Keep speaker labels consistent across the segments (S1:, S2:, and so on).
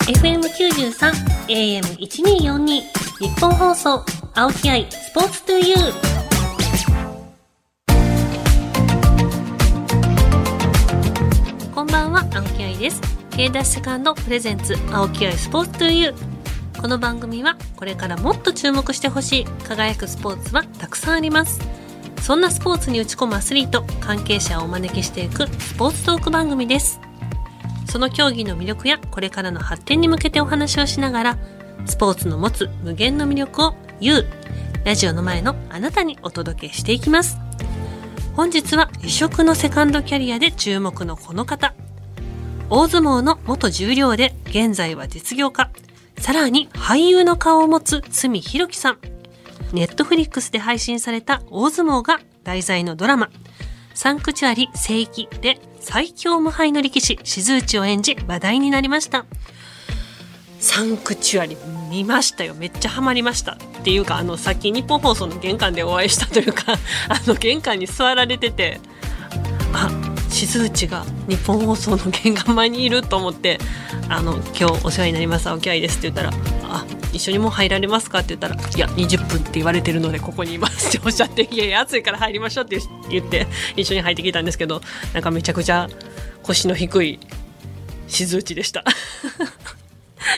S1: FM93、AM1242、日本放送、青木愛、スポーツトゥーユー。こんばんは、青木愛です。K ダッシュセカンドプレゼンツ、青木愛スポーツトゥーユー。この番組は、これからもっと注目してほしい、輝くスポーツはたくさんあります。そんなスポーツに打ち込むアスリート、関係者をお招きしていくスポーツトーク番組です。その競技の魅力やこれからの発展に向けてお話をしながら、スポーツの持つ無限の魅力を YOU、ラジオの前のあなたにお届けしていきます。本日は異色のセカンドキャリアで注目のこの方。大相撲の元十両で現在は実業家。さらに俳優の顔を持つ角弘樹さん。ネットフリックスで配信された大相撲が題材のドラマ、サンクチュアリ聖域で最強無敗の力士、静内を演じ話題になりました。サンクチュアリ見ましたよ。めっちゃハマりました。っていうか、あの、さっき日本放送の玄関でお会いしたというか、あの、玄関に座られてて、あ、静内が日本放送の玄関前にいると思って、あの、今日お世話になります、青木愛ですって言ったら、あ、一緒にもう入られますかって言ったら、いや、20分って言われてるので、ここにいますっておっしゃって、いやいや、暑いから入りましょうって言って、一緒に入ってきたんですけど、なんかめちゃくちゃ腰の低い静内でした。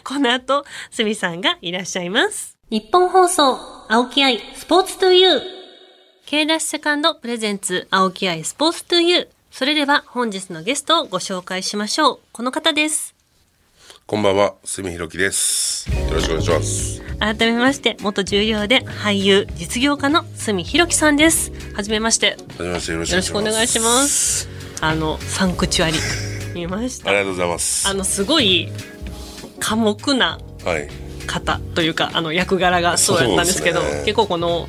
S1: この後、すみさんがいらっしゃいます。日本放送、青木愛、スポーツトゥユー。K ダッシュセカンドプレゼンツ、青木愛、スポーツトゥユー。それでは本日のゲストをご紹介しましょう。この方です。
S2: こんばんは、すみひろきです。よろしくお願いします。
S1: 改めまして、元重要で俳優、実業家の角ひろきさんです。はじめまして。
S2: はじめまして、よろ
S1: よろし
S2: し
S1: く
S2: く
S1: お
S2: お願
S1: 願い
S2: い
S1: し
S2: し
S1: ま
S2: ます。
S1: す。あの、サンクチュアリ。見まし
S2: あり
S1: た。
S2: がとうございます。
S1: あの、すごい、寡黙な
S2: はい。
S1: 方というかあの役柄がそうだったんですけど
S2: そうですね
S1: 結構この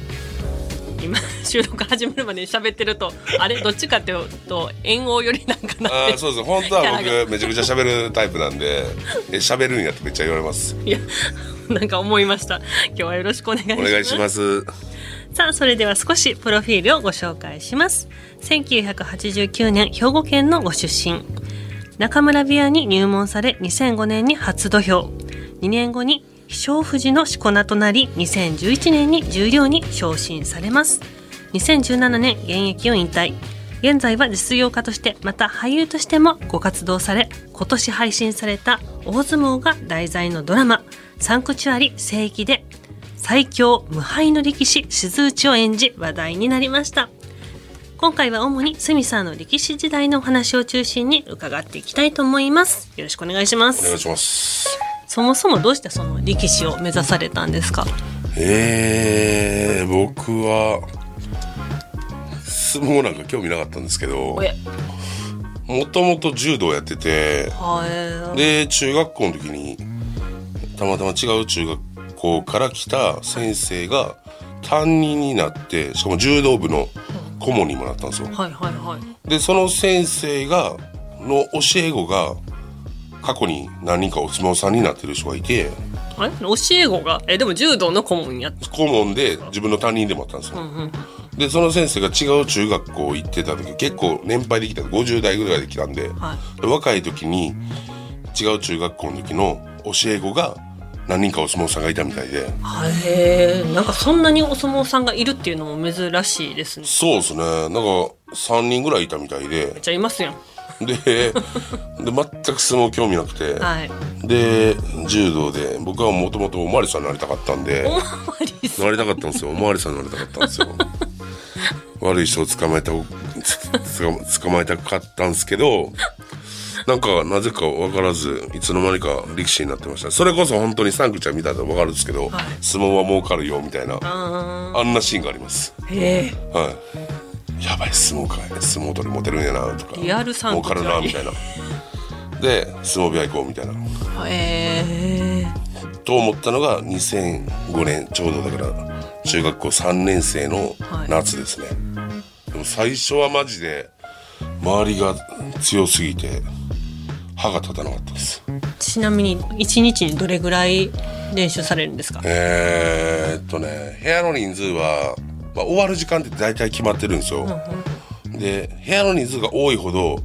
S1: 今収録始まるまでに喋ってるとあれどっちかっていうと縁王よりなんかな
S2: あ
S1: っ
S2: ー
S1: て
S2: そうです。本当は
S1: キャラ
S2: 僕、めちゃくちゃ喋るタイプなんで、え、喋るんやってめっちゃ言われます。
S1: いや なんか思いました今日はよろしくお願いし
S2: お
S1: ます
S2: 願いします。
S1: さあそれでは少しプロフィールをご紹介します1989年兵庫県のご出身中村ビアに入門され2005年に初土俵2年後に飛翔富士のしこ名となり2011年に十両に昇進されます2017年現役を引退現在は実業家としてまた俳優としてもご活動され今年配信された大相撲が題材のドラマ「サンクチュアリ聖域」で最強無敗の力士静内を演じ話題になりました今回は主にスミさんの力士時代のお話を中心に伺っていきたいと思いますよろしくお願いしま
S2: お願い
S1: す
S2: します。
S1: そもそもどうしてその力士を目指されたんですか
S2: えー、僕は、相撲なんか興味なかったんですけど
S1: お、や
S2: もともと柔道やってて、
S1: はえ
S2: で、中学校の時に、たまたま違う中学校から来た先生が担任になって、しかも柔道部の顧問にもなったんですよ。
S1: はいはいはい
S2: でその先生がの教え子が過去に何人かお相撲さんになってる人がいて
S1: あれ教え子がえでも柔道の顧問やって
S2: 顧問で自分の担任でもあったんですよ、でその先生が違う中学校行ってた時結構年配できた50代ぐらいで来たんで,で、
S1: は
S2: 若い時に違う中学校の時の教え子が何人かお相撲さんがいたみたいで
S1: へえなんかそんなにお相撲さんがいるっていうのも珍しいですね
S2: そうですねなんか3人ぐらいいたみたい
S1: め
S2: で
S1: っちゃいますやん
S2: でで全く相撲興味なくて、
S1: はい
S2: で柔道で僕はもともとおまわりさんになりたかったんで
S1: おまわりさん
S2: なりたかったんですよおまわりさんになりたかったん ですよ悪い人を捕まえたつつつ捕まえたかったんですけどなんかなぜか分からずいつの間にか力士になってましたそれこそ本当にサンクちゃん見たら分かるんですけど、相撲は儲かるよみたいな
S1: あ
S2: あんなシーンがあります
S1: ーへえ
S2: はい、やばい相撲か相儲取りモテるんやなとか
S1: リアルサン
S2: 儲
S1: ク
S2: か
S1: チャ
S2: る
S1: リ
S2: なみたいなで相撲部屋行こうみたいな
S1: へえ
S2: と思ったのが2005年ちょうどだから中学校3年生の夏ですね、でも最初はマジで周りが強すぎて歯が立たなかったです
S1: ちなみに一日にどれぐらい練習されるんですか。
S2: えー、っとね部屋の人数は、まあ、終わる時間って大体決まってるんですよ、で部屋の人数が多いほど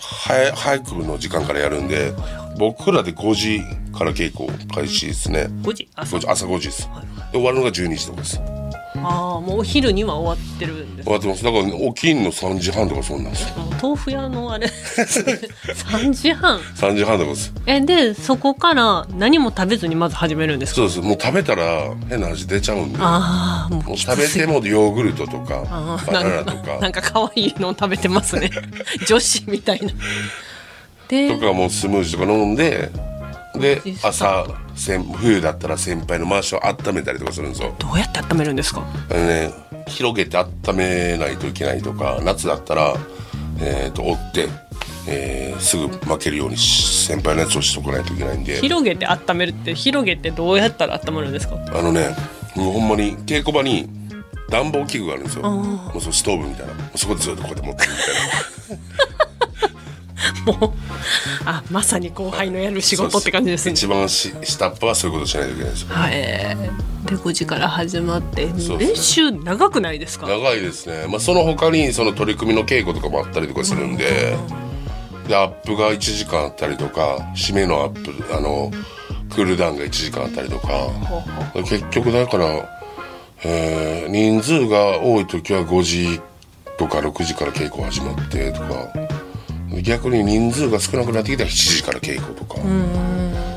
S2: 早早くの時間からやるんで僕らで5時から稽古開始ですね
S1: 5時朝
S2: 5時朝5時です
S1: はい
S2: で終わるのが12時とかです
S1: ああもうお昼には終わってるんです
S2: 終わってますだから起きんの3時半とかそんなんです
S1: もう豆腐屋のあ れ3時半
S2: 3時半とかです
S1: えでそこから何も食べずにまず始めるんですか
S2: そうですもう食べたら変な味出ちゃうんでも
S1: ああもう
S2: う食べてもヨーグルトとか
S1: あー
S2: バナナ
S1: な
S2: と
S1: んかな
S2: か
S1: んか可愛いの食べてます ね女子みたいなで
S2: とかもうスムージーとか飲んでで
S1: 美味しそう
S2: 朝先冬だったら先輩のマンション温めたりとかするんですよ
S1: どうやって温めるんですか
S2: あのね広げて温めないといけないとか夏だったら、えー、と折って、えーすぐ負けるようにし先輩のやつをしとかないといけないんで
S1: 広げて温めるって広げてどうやったら温まるんですか
S2: あのねもうほんまに稽古場に暖房器具があるんですよ
S1: ん
S2: もうそのストーブみたいなそこでずっとこうやって持ってるみたいな
S1: もうあまさに後輩のやる仕事って感じですね
S2: そうです一番し下っ端はそういうことしないといけないんですよ
S1: はいで5時から始まって
S2: そうですね
S1: 練習長くないですか
S2: 長いですね、まあ、その他にその取り組みの稽古とかもあったりとかするんででアップが1時間あったりとか締めのアップあのクールダウンが1時間あったりとか
S1: ほうほう
S2: 結局だから、えー人数が多い時は5時とか6時から稽古始まってとか逆に人数が少なくなってきたら7時から稽古とか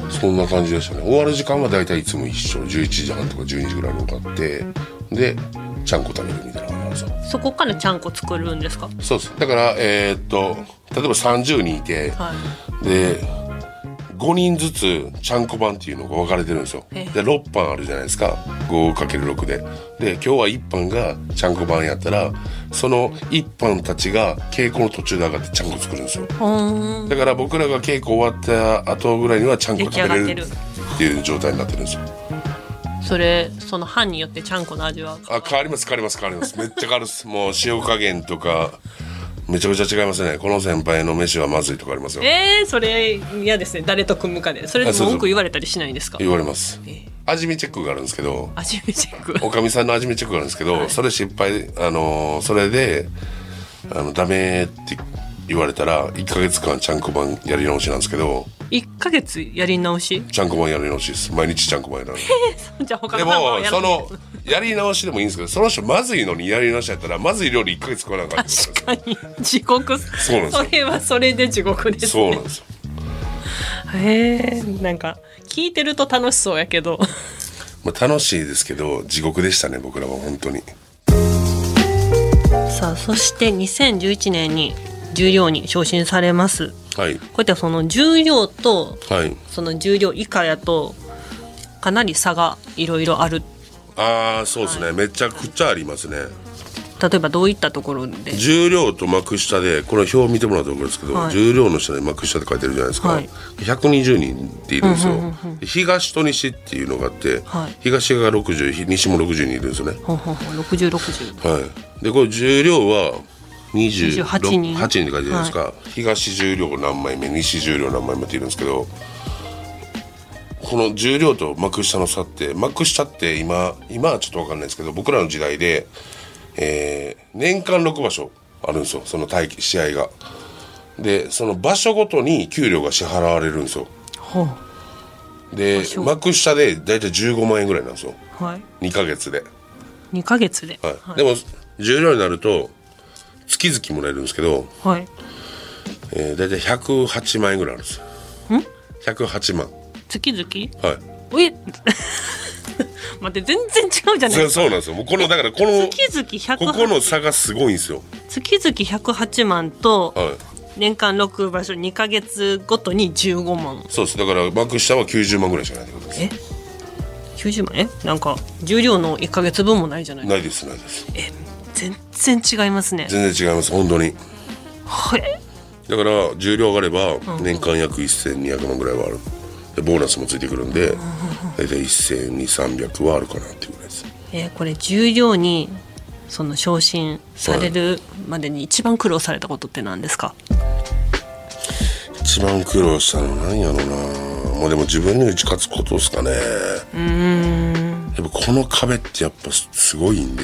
S2: そんな感じでしたね終わる時間は大体いつも一緒11時半とか12時ぐらいに終わってでちゃんこ食べるみたいな感じなんですよ
S1: そこからちゃんこ作るんですか
S2: そうですだからえーっと例えば30人いて、
S1: はい
S2: で5人ずつちゃんこ版っていうのが分かれてるんですよで
S1: ええ
S2: 6班あるじゃないですか 5×6 でで今日は1班がちゃんこ版やったらその1班たちが稽古の途中で上がってちゃんこ作るんですよ
S1: ほーん
S2: だから僕らが稽古終わった後ぐらいにはちゃんこ食べれ
S1: 出来上が
S2: る
S1: って
S2: っていう状態になってるんですよ
S1: それその班によってちゃんこの味は
S2: あ変わります変わります変わりますめっちゃ変わるっすもう塩加減とかめちゃくちゃ違いますねこの先輩の飯はまずいとかありますよ
S1: えー、それ嫌ですね誰と組むかでそれで
S2: あそうそう
S1: 文句言われたりしないんですか
S2: 言われます
S1: えー
S2: 味見チェックがあるんですけど
S1: 味見チェッ ク
S2: おかみさんの味見チェックがあるんですけど、それ失敗あのーそれであのダメって言われたら1ヶ月間ちゃんこ版やり直しなんですけど
S1: 1ヶ月やり直し
S2: ちゃんこ版やり直しです毎日ちゃんこ版や り直し
S1: じゃあ他
S2: で
S1: の班は
S2: も
S1: やら
S2: そ
S1: ない
S2: のやり直しでもいいんですけどその人まずいのにやり直しやったらまずい料理1ヶ月食わなあか った
S1: 確かに地獄
S2: うなんですよ
S1: れはそれで地獄です
S2: そうな
S1: ね
S2: んですよ
S1: へえなんか聞いてると楽しそうやけど
S2: まあ、楽しいですけど地獄でしたね僕らは本当に
S1: さあそして2011年に重量に昇進されます
S2: はい
S1: こういったその重量と
S2: はい
S1: その重量以下やとかなり差がいろいろある
S2: ああそうですね、めちゃくちゃありますね
S1: 例えばどういったところで
S2: 重量と幕下でこれ表を見てもらうと分かるんですけど、
S1: はい
S2: 重量の下で幕下って書いてるじゃないですか、
S1: はい
S2: 120人っているんですよ、東と西っていうのがあって、
S1: はい
S2: 東が60ひ西も60人いるんですよね、
S1: ほんほんほん6060
S2: はい、でこれ重量は28
S1: 28人
S2: 人8人って書いてるじゃないですか、東重量何枚目西重量何枚目っているんですけどこの重量と幕下の差って幕下って今今はちょっと分かんないですけど僕らの時代で、えー年間6場所あるんですよその待機試合がでその場所ごとに給料が支払われるんですよ
S1: ほう
S2: で
S1: 所
S2: 幕下で大体15万円ぐらいなんですよ
S1: はい
S2: 2ヶ月で。
S1: 2ヶ月では
S2: はいでも重量になると月々もらえるんですけど、
S1: はい
S2: えー、大体108万円ぐらいあるんですよ108万
S1: 月々
S2: はい
S1: え待って全然違うじゃない
S2: そそうなんですよもうこのだからこの
S1: 月々108
S2: ここの差がすごいんですよ
S1: 月々108万と
S2: はい
S1: 年間6場所2ヶ月ごとに15万
S2: そうですだから幕下は90万ぐらいしかないってことです
S1: え90万えなんか重量の1ヶ月分もないじゃない
S2: ないですないです
S1: え全然違いますね
S2: 全然違います本当に
S1: はい
S2: だから重量上がれば年間約1200万ぐらいはあるでボーナスもついてくるんで大体1200300はあるかなっていうぐらいです
S1: えーこれ重量にその昇進されるまでに一番苦労されたことって何ですか、
S2: 一番苦労したのなんやろなもうでも自分に打ち勝つことですかねやっぱこの壁ってやっぱすごいんで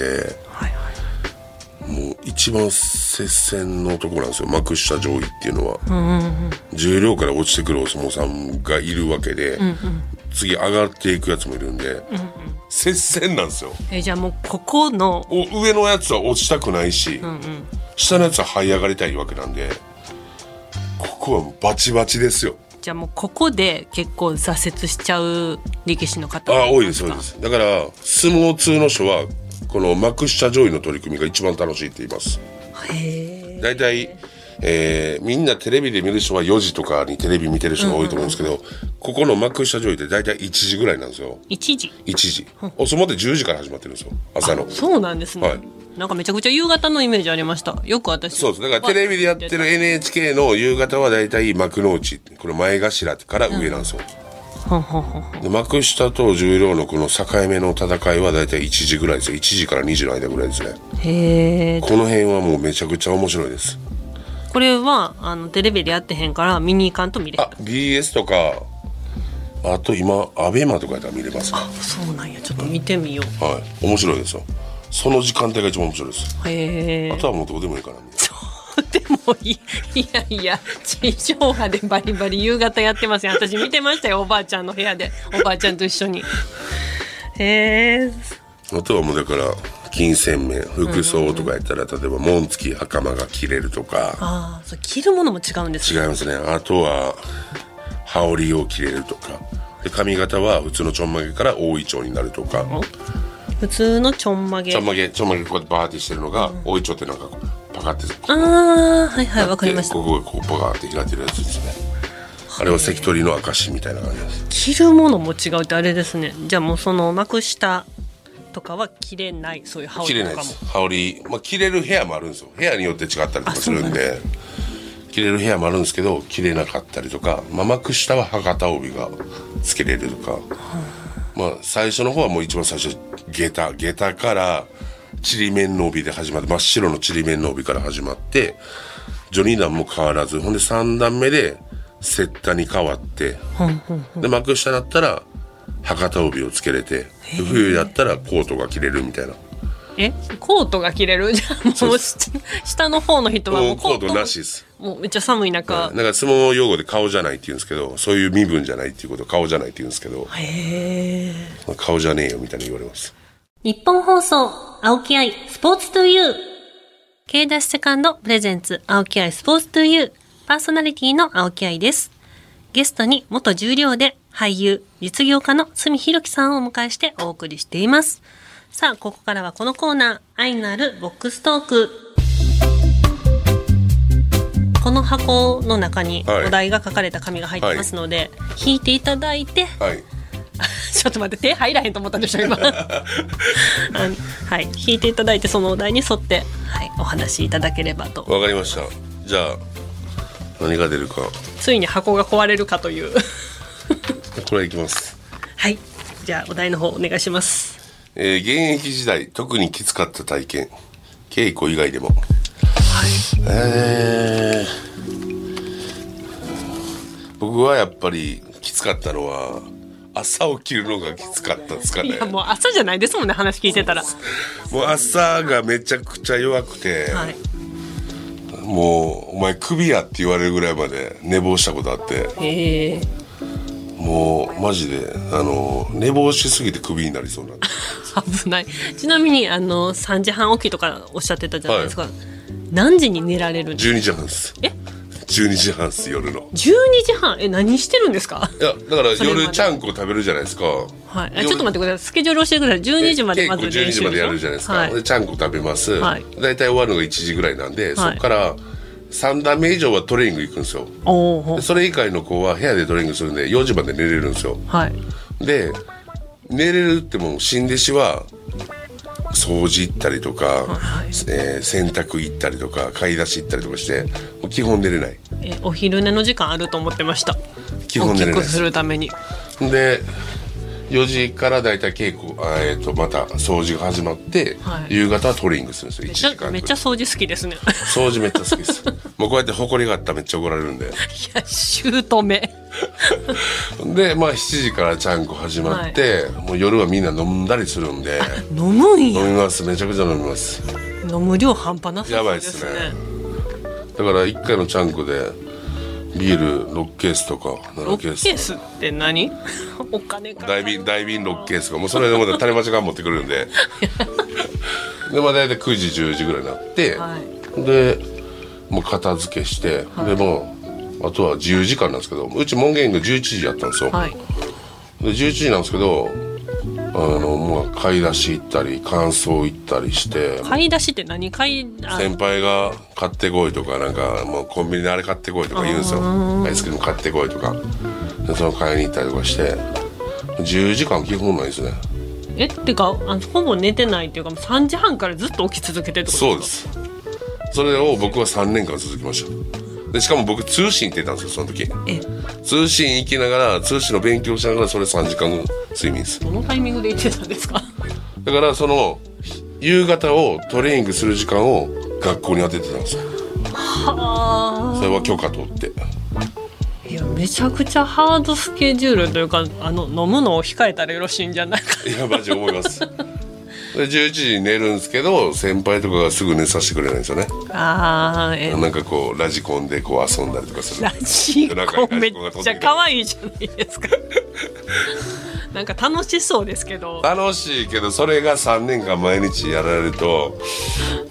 S1: はいはい
S2: もう一番接戦のところなんですよ幕下上位っていうのは
S1: うんうんうん
S2: 重量から落ちてくるお相撲さんがいるわけで、次上がっていくやつもいるんで、接戦なんですよ
S1: えじゃあもうここの
S2: お上のやつは落ちたくないし、
S1: うんうん
S2: 下のやつは這い上がりたいわけなんでここはもうバチバチですよ
S1: じゃあもうここで結構挫折しちゃう力士の方
S2: ああ多いです
S1: か
S2: 多いですだから相撲通の書はこの幕下上位の取り組みが一番楽しいって言います
S1: へえ
S2: 大体、えーみんなテレビで見る人は4時とかにテレビ見てる人が多いと思うんですけど、ここの幕下上位って大体1時ぐらいなんですよ
S1: 一時
S2: 1時お相撲って10時から始まってるんですよ朝の
S1: そうなんですね、
S2: はい
S1: なんかめちゃくちゃ夕方のイメージありましたよく私
S2: そうですだからテレビでやってる NHK の夕方は大体幕の内この前頭から上なんですよ、
S1: ほんほんほんほん
S2: で幕下と十両のこの境目の戦いは大体1時ぐらいですよ1時から2時の間ぐらいですね
S1: へえ
S2: この辺はもうめちゃくちゃ面白いです
S1: これはあのテレビでやってへんから見に行かんと見れへん
S2: あ BS とかあと今アベマとかやったら見れますか
S1: そうなんやちょっと見てみよ
S2: はい面白いですよその時間帯が一番面白いです
S1: うへえ
S2: あとはもうどうでもいいからね
S1: でもいいいやいや地上波でバリバリ夕方やってますよ私見てましたよおばあちゃんの部屋でおばあちゃんと一緒にへえ
S2: あとはもうだから金銭面服装とかやったら例えば紋付き袴が着れるとか
S1: ああそう着るものも違うんです
S2: 違いますねあとは羽織を着れるとかで髪型は普通のちょんまげから大いちょうになるとか
S1: 普通のちょんまげ
S2: ちょ
S1: あ
S2: んまげちょんまげこうやってバーってしてるのが大いちょうってなんかこうパカって
S1: あーはいはいわかりました
S2: ここがこうパカって開いてるやつですねあれは関取の証みたいな感じです
S1: 着るものも違うってあれですねじゃあもうその幕下とかは着れないそういう羽
S2: 切
S1: 織
S2: れ
S1: と
S2: ないで
S1: かも
S2: す羽織、まあ、切れる部屋もあるんですよ部屋によって違ったりとか
S1: あ
S2: す
S1: そう
S2: る
S1: なん
S2: ん
S1: だ
S2: で切れる部屋もあるんですけど切れなかったりとか、まあ、幕下は博多帯がつけれるとか、まあ、最初の方はもう一番最初下駄下駄からちりめんの帯で始まって真っ白のちりめんの帯から始まって序二段も変わらずほんで三段目でセッタに変わってで幕下だったら博多帯をつけれてで冬だったらコートが着れるみたいな。
S1: えコートが着れるじゃあもうし下の方の人はも
S2: も
S1: う
S2: う
S1: コ
S2: コ
S1: ー
S2: ー
S1: ト
S2: トなしです。
S1: もうめっちゃ寒い中、
S2: なんか相撲用語で顔じゃないって言うんですけど、そういう身分じゃないっていうこと、顔じゃないって言うんですけど、
S1: へえ
S2: 顔じゃねえよみたいに言われます。
S1: 日本放送、青木愛、スポーツトゥユー。K ダッシュセカンドプレゼンツ、青木愛、スポーツトゥユー。パーソナリティの青木愛です。ゲストに元重量で俳優、実業家の住博樹さんをお迎えしてお送りしています。さあ、ここからはこのコーナー、愛のあるボックストーク。この箱の中に
S2: はい
S1: お題が書かれた紙が入ってますので、引いていただいて、
S2: はい。
S1: ちょっと待って手入らへんと思ったでしょ 今あのはい引いていただいてそのお題に沿って、はい、お話しいただければと
S2: わかりました。じゃあ、何が出るか。
S1: ついに箱が壊れるかという
S2: これいきます。
S1: はいじゃあお題の方お願いします
S2: えー現役時代、特にきつかった体験。稽古以外でも。えー僕はやっぱりきつかったのは、朝起きるのがきつかったですか
S1: い
S2: ね。
S1: やもう朝じゃないですもんね話聞いてたらは
S2: もう朝がめちゃくちゃ弱くて、
S1: い
S2: もうお前クビやって言われるぐらいまで寝坊したことあって
S1: へえ
S2: もうマジであの寝坊しすぎてクビになりそうなんで
S1: 危ないちなみにあの3時半起きとかおっしゃってたじゃないですか、何時に寝られるんですか
S2: 12時半です
S1: え
S2: 12時半です夜の
S1: 12時半え何してるんですか
S2: いやだから
S1: それまで
S2: 夜ちゃんこ食べるじゃないですか
S1: はいえちょっと待ってくださいスケジュール教えてください12時までまず
S2: 稽古12
S1: 練習
S2: 時
S1: しょ
S2: までやるじゃないですか、
S1: はい
S2: でちゃんこ食べます、
S1: はい
S2: 大体終わるのが1時ぐらいなんで、そこから3段目以上はトレーニング行くんですよ
S1: おーほ
S2: でそれ以外の子は部屋でトレーニングするんで4時まで寝れるんですよ
S1: はい
S2: で寝れるってもう新弟子は掃除行ったりとか、
S1: はい
S2: えー洗濯行ったりとか買い出し行ったりとかしてもう基本寝れない
S1: えお昼寝の時間あると思ってました
S2: 基本寝れ
S1: 大
S2: ない
S1: きくするために
S2: で4時からだいたい稽古あえー、とまた掃除が始まって、
S1: はい
S2: 夕方はトレーニングするんですよ1
S1: め
S2: 時
S1: ち
S2: 間ぐら
S1: ゃ
S2: い
S1: めちゃ掃除好きですね
S2: 掃除めっちゃ好きですもうこうやって埃があったらめっちゃ怒られるんで
S1: いや姑
S2: でまあ7時からちゃんこ始ま って、もう夜はみんな飲んだりするんで
S1: 飲むん
S2: 飲
S1: や
S2: みますめちゃくちゃ飲みます
S1: も飲む量半端なさ
S2: や
S1: そ
S2: ば
S1: う
S2: いっ
S1: です
S2: す
S1: ね
S2: ねだから1回のチャンクでビール6ケースとか7
S1: 6
S2: ケ
S1: ケ
S2: ー
S1: ー
S2: ス
S1: スって何 お金かか
S2: 大
S1: る
S2: 瓶大瓶6ケースとかもうそれでまた種まちが持ってくるんででまあ大体9時10時ぐらいになって、
S1: はい
S2: でもう片付けして、でもうあとは自由時間なんですけどうち門限が11時やったんですよ、
S1: はい
S2: で11時なんですけどあのもう買い出し行ったり乾燥行ったりして
S1: 買い出しって何買いあ
S2: 先輩が買ってこいとかなんかもうコンビニであれ買ってこいとか言うんですよアイスクリーム買ってこいとかでその買いに行ったりとかして10時間基本ないですね
S1: えってかあのほぼ寝てないっていうかもう3時半からずっと起き続けてってこと
S2: そうですそれを僕は3年間続きましたでしかも僕通信行ってたんですよその時
S1: え
S2: 通信行きながら通信の勉強しながらそれ3時間睡眠です
S1: どのタイミングで行ってたんですか
S2: だからその夕方をトレーニングする時間を学校に当ててたんですよ
S1: はあ
S2: それは許可取って
S1: いやめちゃくちゃハードスケジュールというかあの飲むのを控えたらよろしいんじゃないか
S2: いやマジ思いますで11時に寝るんですけど先輩とかがすぐ寝させてくれないんですよね
S1: あーえ
S2: なんかこうラジコンでこう遊んだりとかする
S1: ラジコンめっちゃ可愛いじゃないです かなんか楽しそうですけど
S2: 楽しいけどそれが3年間毎日やられると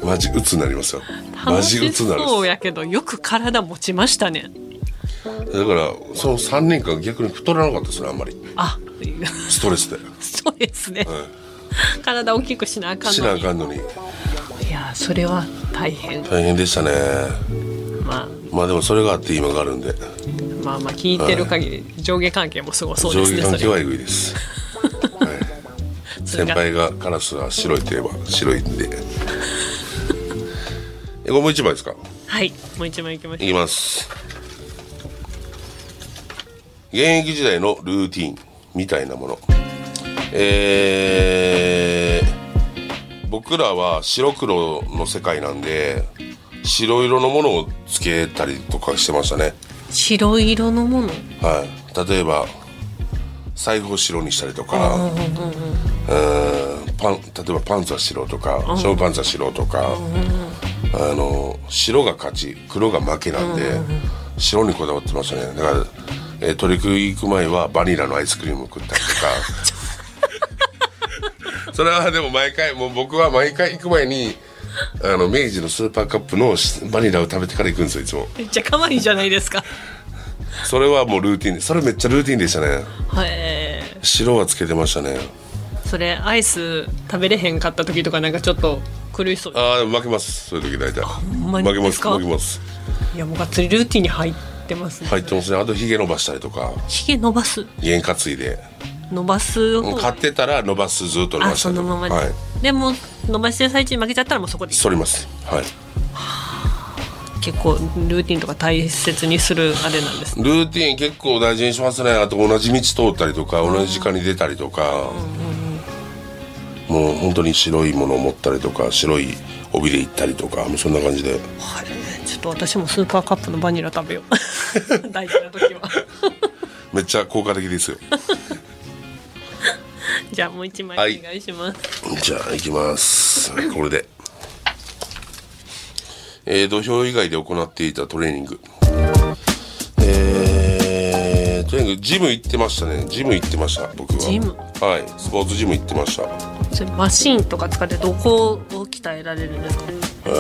S2: マジ鬱になりますよマ
S1: 楽
S2: ジ
S1: し
S2: 鬱になるん
S1: そう
S2: で
S1: やけどよく体持ちましたね
S2: すだからその3年間逆に太らなかったですねあんまり
S1: あ
S2: ストレスで、
S1: そうですね、
S2: う
S1: 体大きくしなあか
S2: ん、
S1: ん
S2: し
S1: の
S2: なあ
S1: に
S2: かんのに
S1: いやーそれは大変
S2: 大変でしたね
S1: まあ
S2: まあでもそれがあって今があるんで
S1: まあまあ聞いてる限り上下関係もすごそう
S2: 上
S1: ですね
S2: 下関係
S1: それ
S2: はえぐいです、はい先輩がカラスは白いといえば白いんで えこれもう一枚ですか
S1: はいもう一枚いきましょ
S2: いきます現役時代のルーティンみたいなものえー僕らは白黒の世界なんで白色のものをつけたりとかしてましたね
S1: う白色のもの
S2: はい、例えば財布を白にしたりとか、うんパン例えばパンツは白とかショーパンツは白とか、あの白が勝ち黒が負けなんで、白にこだわってましたねだから、えー、取り組み行く前はバニラのアイスクリームを食ったり とかそれはでも毎回もう僕は毎回行く前にあの明治のスーパーカップのバニラを食べてから行くんですよいつも
S1: めっちゃ可愛いじゃないです か
S2: それはもうルーティンでそれめっちゃルーティンでしたね
S1: はい
S2: 白はつけてましたね
S1: それアイス食べれへんかった時とかなんかちょっと苦しそう
S2: ああ負けますそういう時大体
S1: まに
S2: 負けま
S1: ですすか
S2: 負けます
S1: いやもうがっつりルーティンに入ってますね
S2: 入ってますねあとひげ伸ばしたりとか
S1: ひげ伸ばす
S2: げん担いで
S1: 伸ばす
S2: も
S1: 方
S2: う買ってたら伸ばすずっと伸
S1: あ
S2: ばし
S1: そ
S2: たり
S1: の
S2: とか
S1: ままで、
S2: はい
S1: でも伸ばしてる最中に負けちゃったらもうそこで
S2: 剃りますはい
S1: 結構ルーティンとか大切にするあれなんですね
S2: ルーティン結構大事にしますねあと同じ道通ったりとか同じ時間に出たりとかもう本当に白いものを持ったりとか白い帯で行ったりとかもうそんな感じで
S1: はいちょっと私もスーパーカップのバニラ食べよ う大事な時は
S2: めっちゃ効果的ですよ
S1: じゃあもう一枚
S2: はい
S1: お願いします、
S2: じゃあ行きますこれで、えー土俵以外で行っていたトレーニングえーとにかくジム行ってましたねジム行ってました僕は
S1: ジム
S2: はいスポーツジム行ってました
S1: それマシンとか使ってどこを鍛えられるんですか
S2: え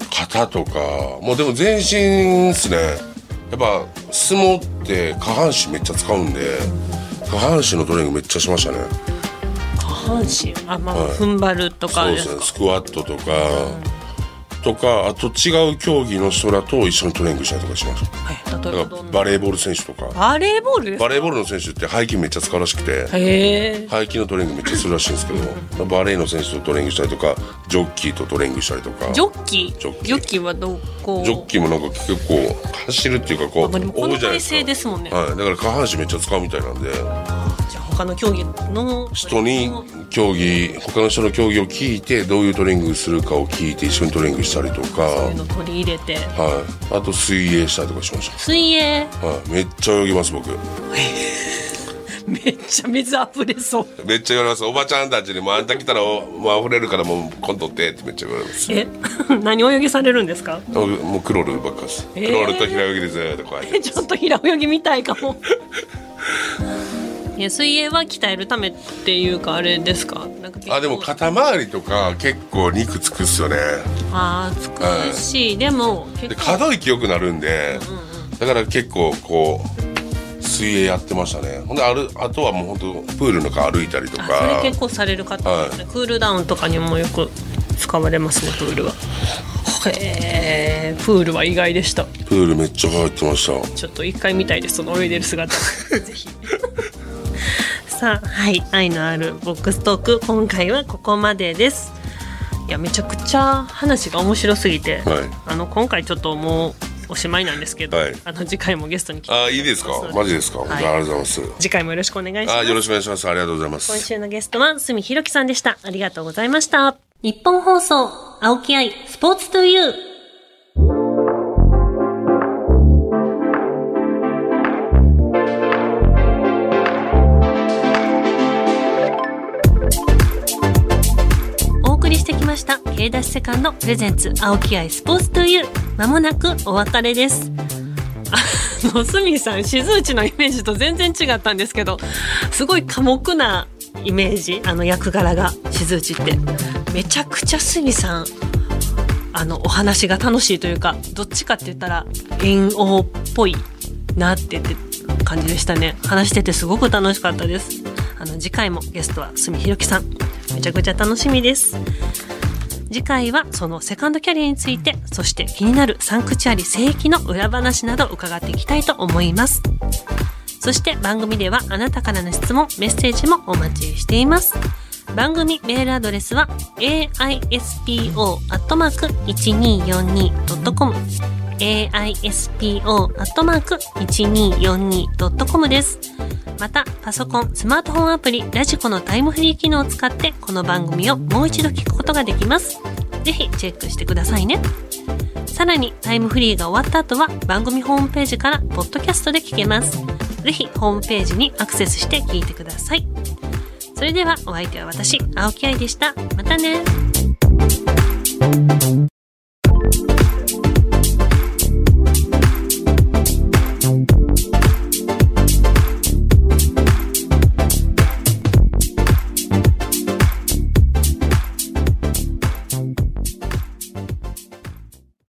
S2: ー肩とかもうでも全身ですねやっぱ相撲って下半身めっちゃ使うんで下半身のトレーニングめっちゃしましたね
S1: 下半身あまあ、踏ん張るとか
S2: そう
S1: で
S2: ですす
S1: か
S2: ねスクワットとか、とかあと違う競技の人らと一緒にトレーニングしたりとかします
S1: はい例え
S2: だ
S1: ば
S2: か
S1: ど
S2: ら
S1: んな
S2: バレーボール選手とか
S1: バレーボールです
S2: バレーボールの選手って背筋めっちゃ使うらしくて
S1: へえ
S2: 背筋のトレーニングめっちゃするらしいんですけどバレーの選手とトレーニングしたりとかジョッキーとトレーニングしたりとか
S1: ジョッキー
S2: ジョッキー
S1: はどこ
S2: ジョッキーもなんか結構走るっていうかこ
S1: あ
S2: う
S1: まあでもこの
S2: 追うじゃない
S1: 体勢ですもんね
S2: はい、だから下半身めっちゃ使うみたいなんで
S1: じゃあ他の競技の
S2: 人に競技他の人の競技を聞いてどういうトレーニングするかを聞いて一緒にトレーニングしたりとか、
S1: そういうの取り入れて
S2: はい、あと水泳したりとかしました
S1: 水泳
S2: はい、めっちゃ泳ぎます僕
S1: めっちゃ水溢れそう
S2: めっちゃ言われますおばちゃんたちにもあんた来たらおもう溢れるからもうコントってってめっちゃ言われます
S1: え 何泳ぎされるんですか
S2: おもうクロールばっかです、
S1: えー
S2: クロールと平泳ぎでずーっとこうやって
S1: えちょっと平泳ぎみたいか もいや水泳は鍛えるためっていうかあれですかなんか結構
S2: あでも肩周りとか結構肉つくっすよね
S1: あーつくし、でも
S2: で
S1: 結構
S2: 可動域良くなるんで、だから結構こう水泳やってましたねほんであるあとはもう本当プールの中歩いたりと
S1: あ
S2: か
S1: それ結構される方、
S2: はい
S1: クールダウンとかにもよく使われますねプールはへえプールは意外でした
S2: プールめっちゃ入ってました
S1: ちょっと一回見たいですその泳いでる 姿ぜひさあはい愛のあるボックストーク今回はここまでですいやめちゃくちゃ話が面白すぎて、
S2: はい
S1: あの今回ちょっともうおしまいなんですけど、
S2: はい
S1: あの次回もゲストに来て
S2: あいいですかマジですか、
S1: はい
S2: ありがとうございます
S1: 次回もよろしくお願いしま
S2: あ
S1: す
S2: よろしくお願いしますありがとうございます
S1: 今週のゲストは住ひろきさんでした。ありがとうございました。日本放送、青木愛、スポーツトゥーユー。お送りしてきました、K ダッシュセカンドプレゼンツ、青木愛、スポーツトゥーユー。まもなくお別れです。あのスミさん静内のイメージと全然違ったんですけどすごい寡黙なイメージあの役柄が静内ってめちゃくちゃスミさんあのお話が楽しいというかどっちかって言ったら遠応っぽいなってって感じでしたね話しててすごく楽しかったですあの次回もゲストはすみひろきさんめちゃくちゃ楽しみです次回はそのセカンドキャリアについてそして気になるサンクチュアリ聖域の裏話など伺っていきたいと思いますそして番組ではあなたからの質問メッセージもお待ちしています番組メールアドレスは aispo.1242.com aispo.1242.com ですまたパソコンスマートフォンアプリラジコのタイムフリー機能を使ってこの番組をもう一度聞くことができますぜひチェックしてくださいねさらにタイムフリーが終わった後は番組ホームページからポッドキャストで聞けますぜひホームページにアクセスして聞いてくださいそれではお相手は私青木愛でしたまたね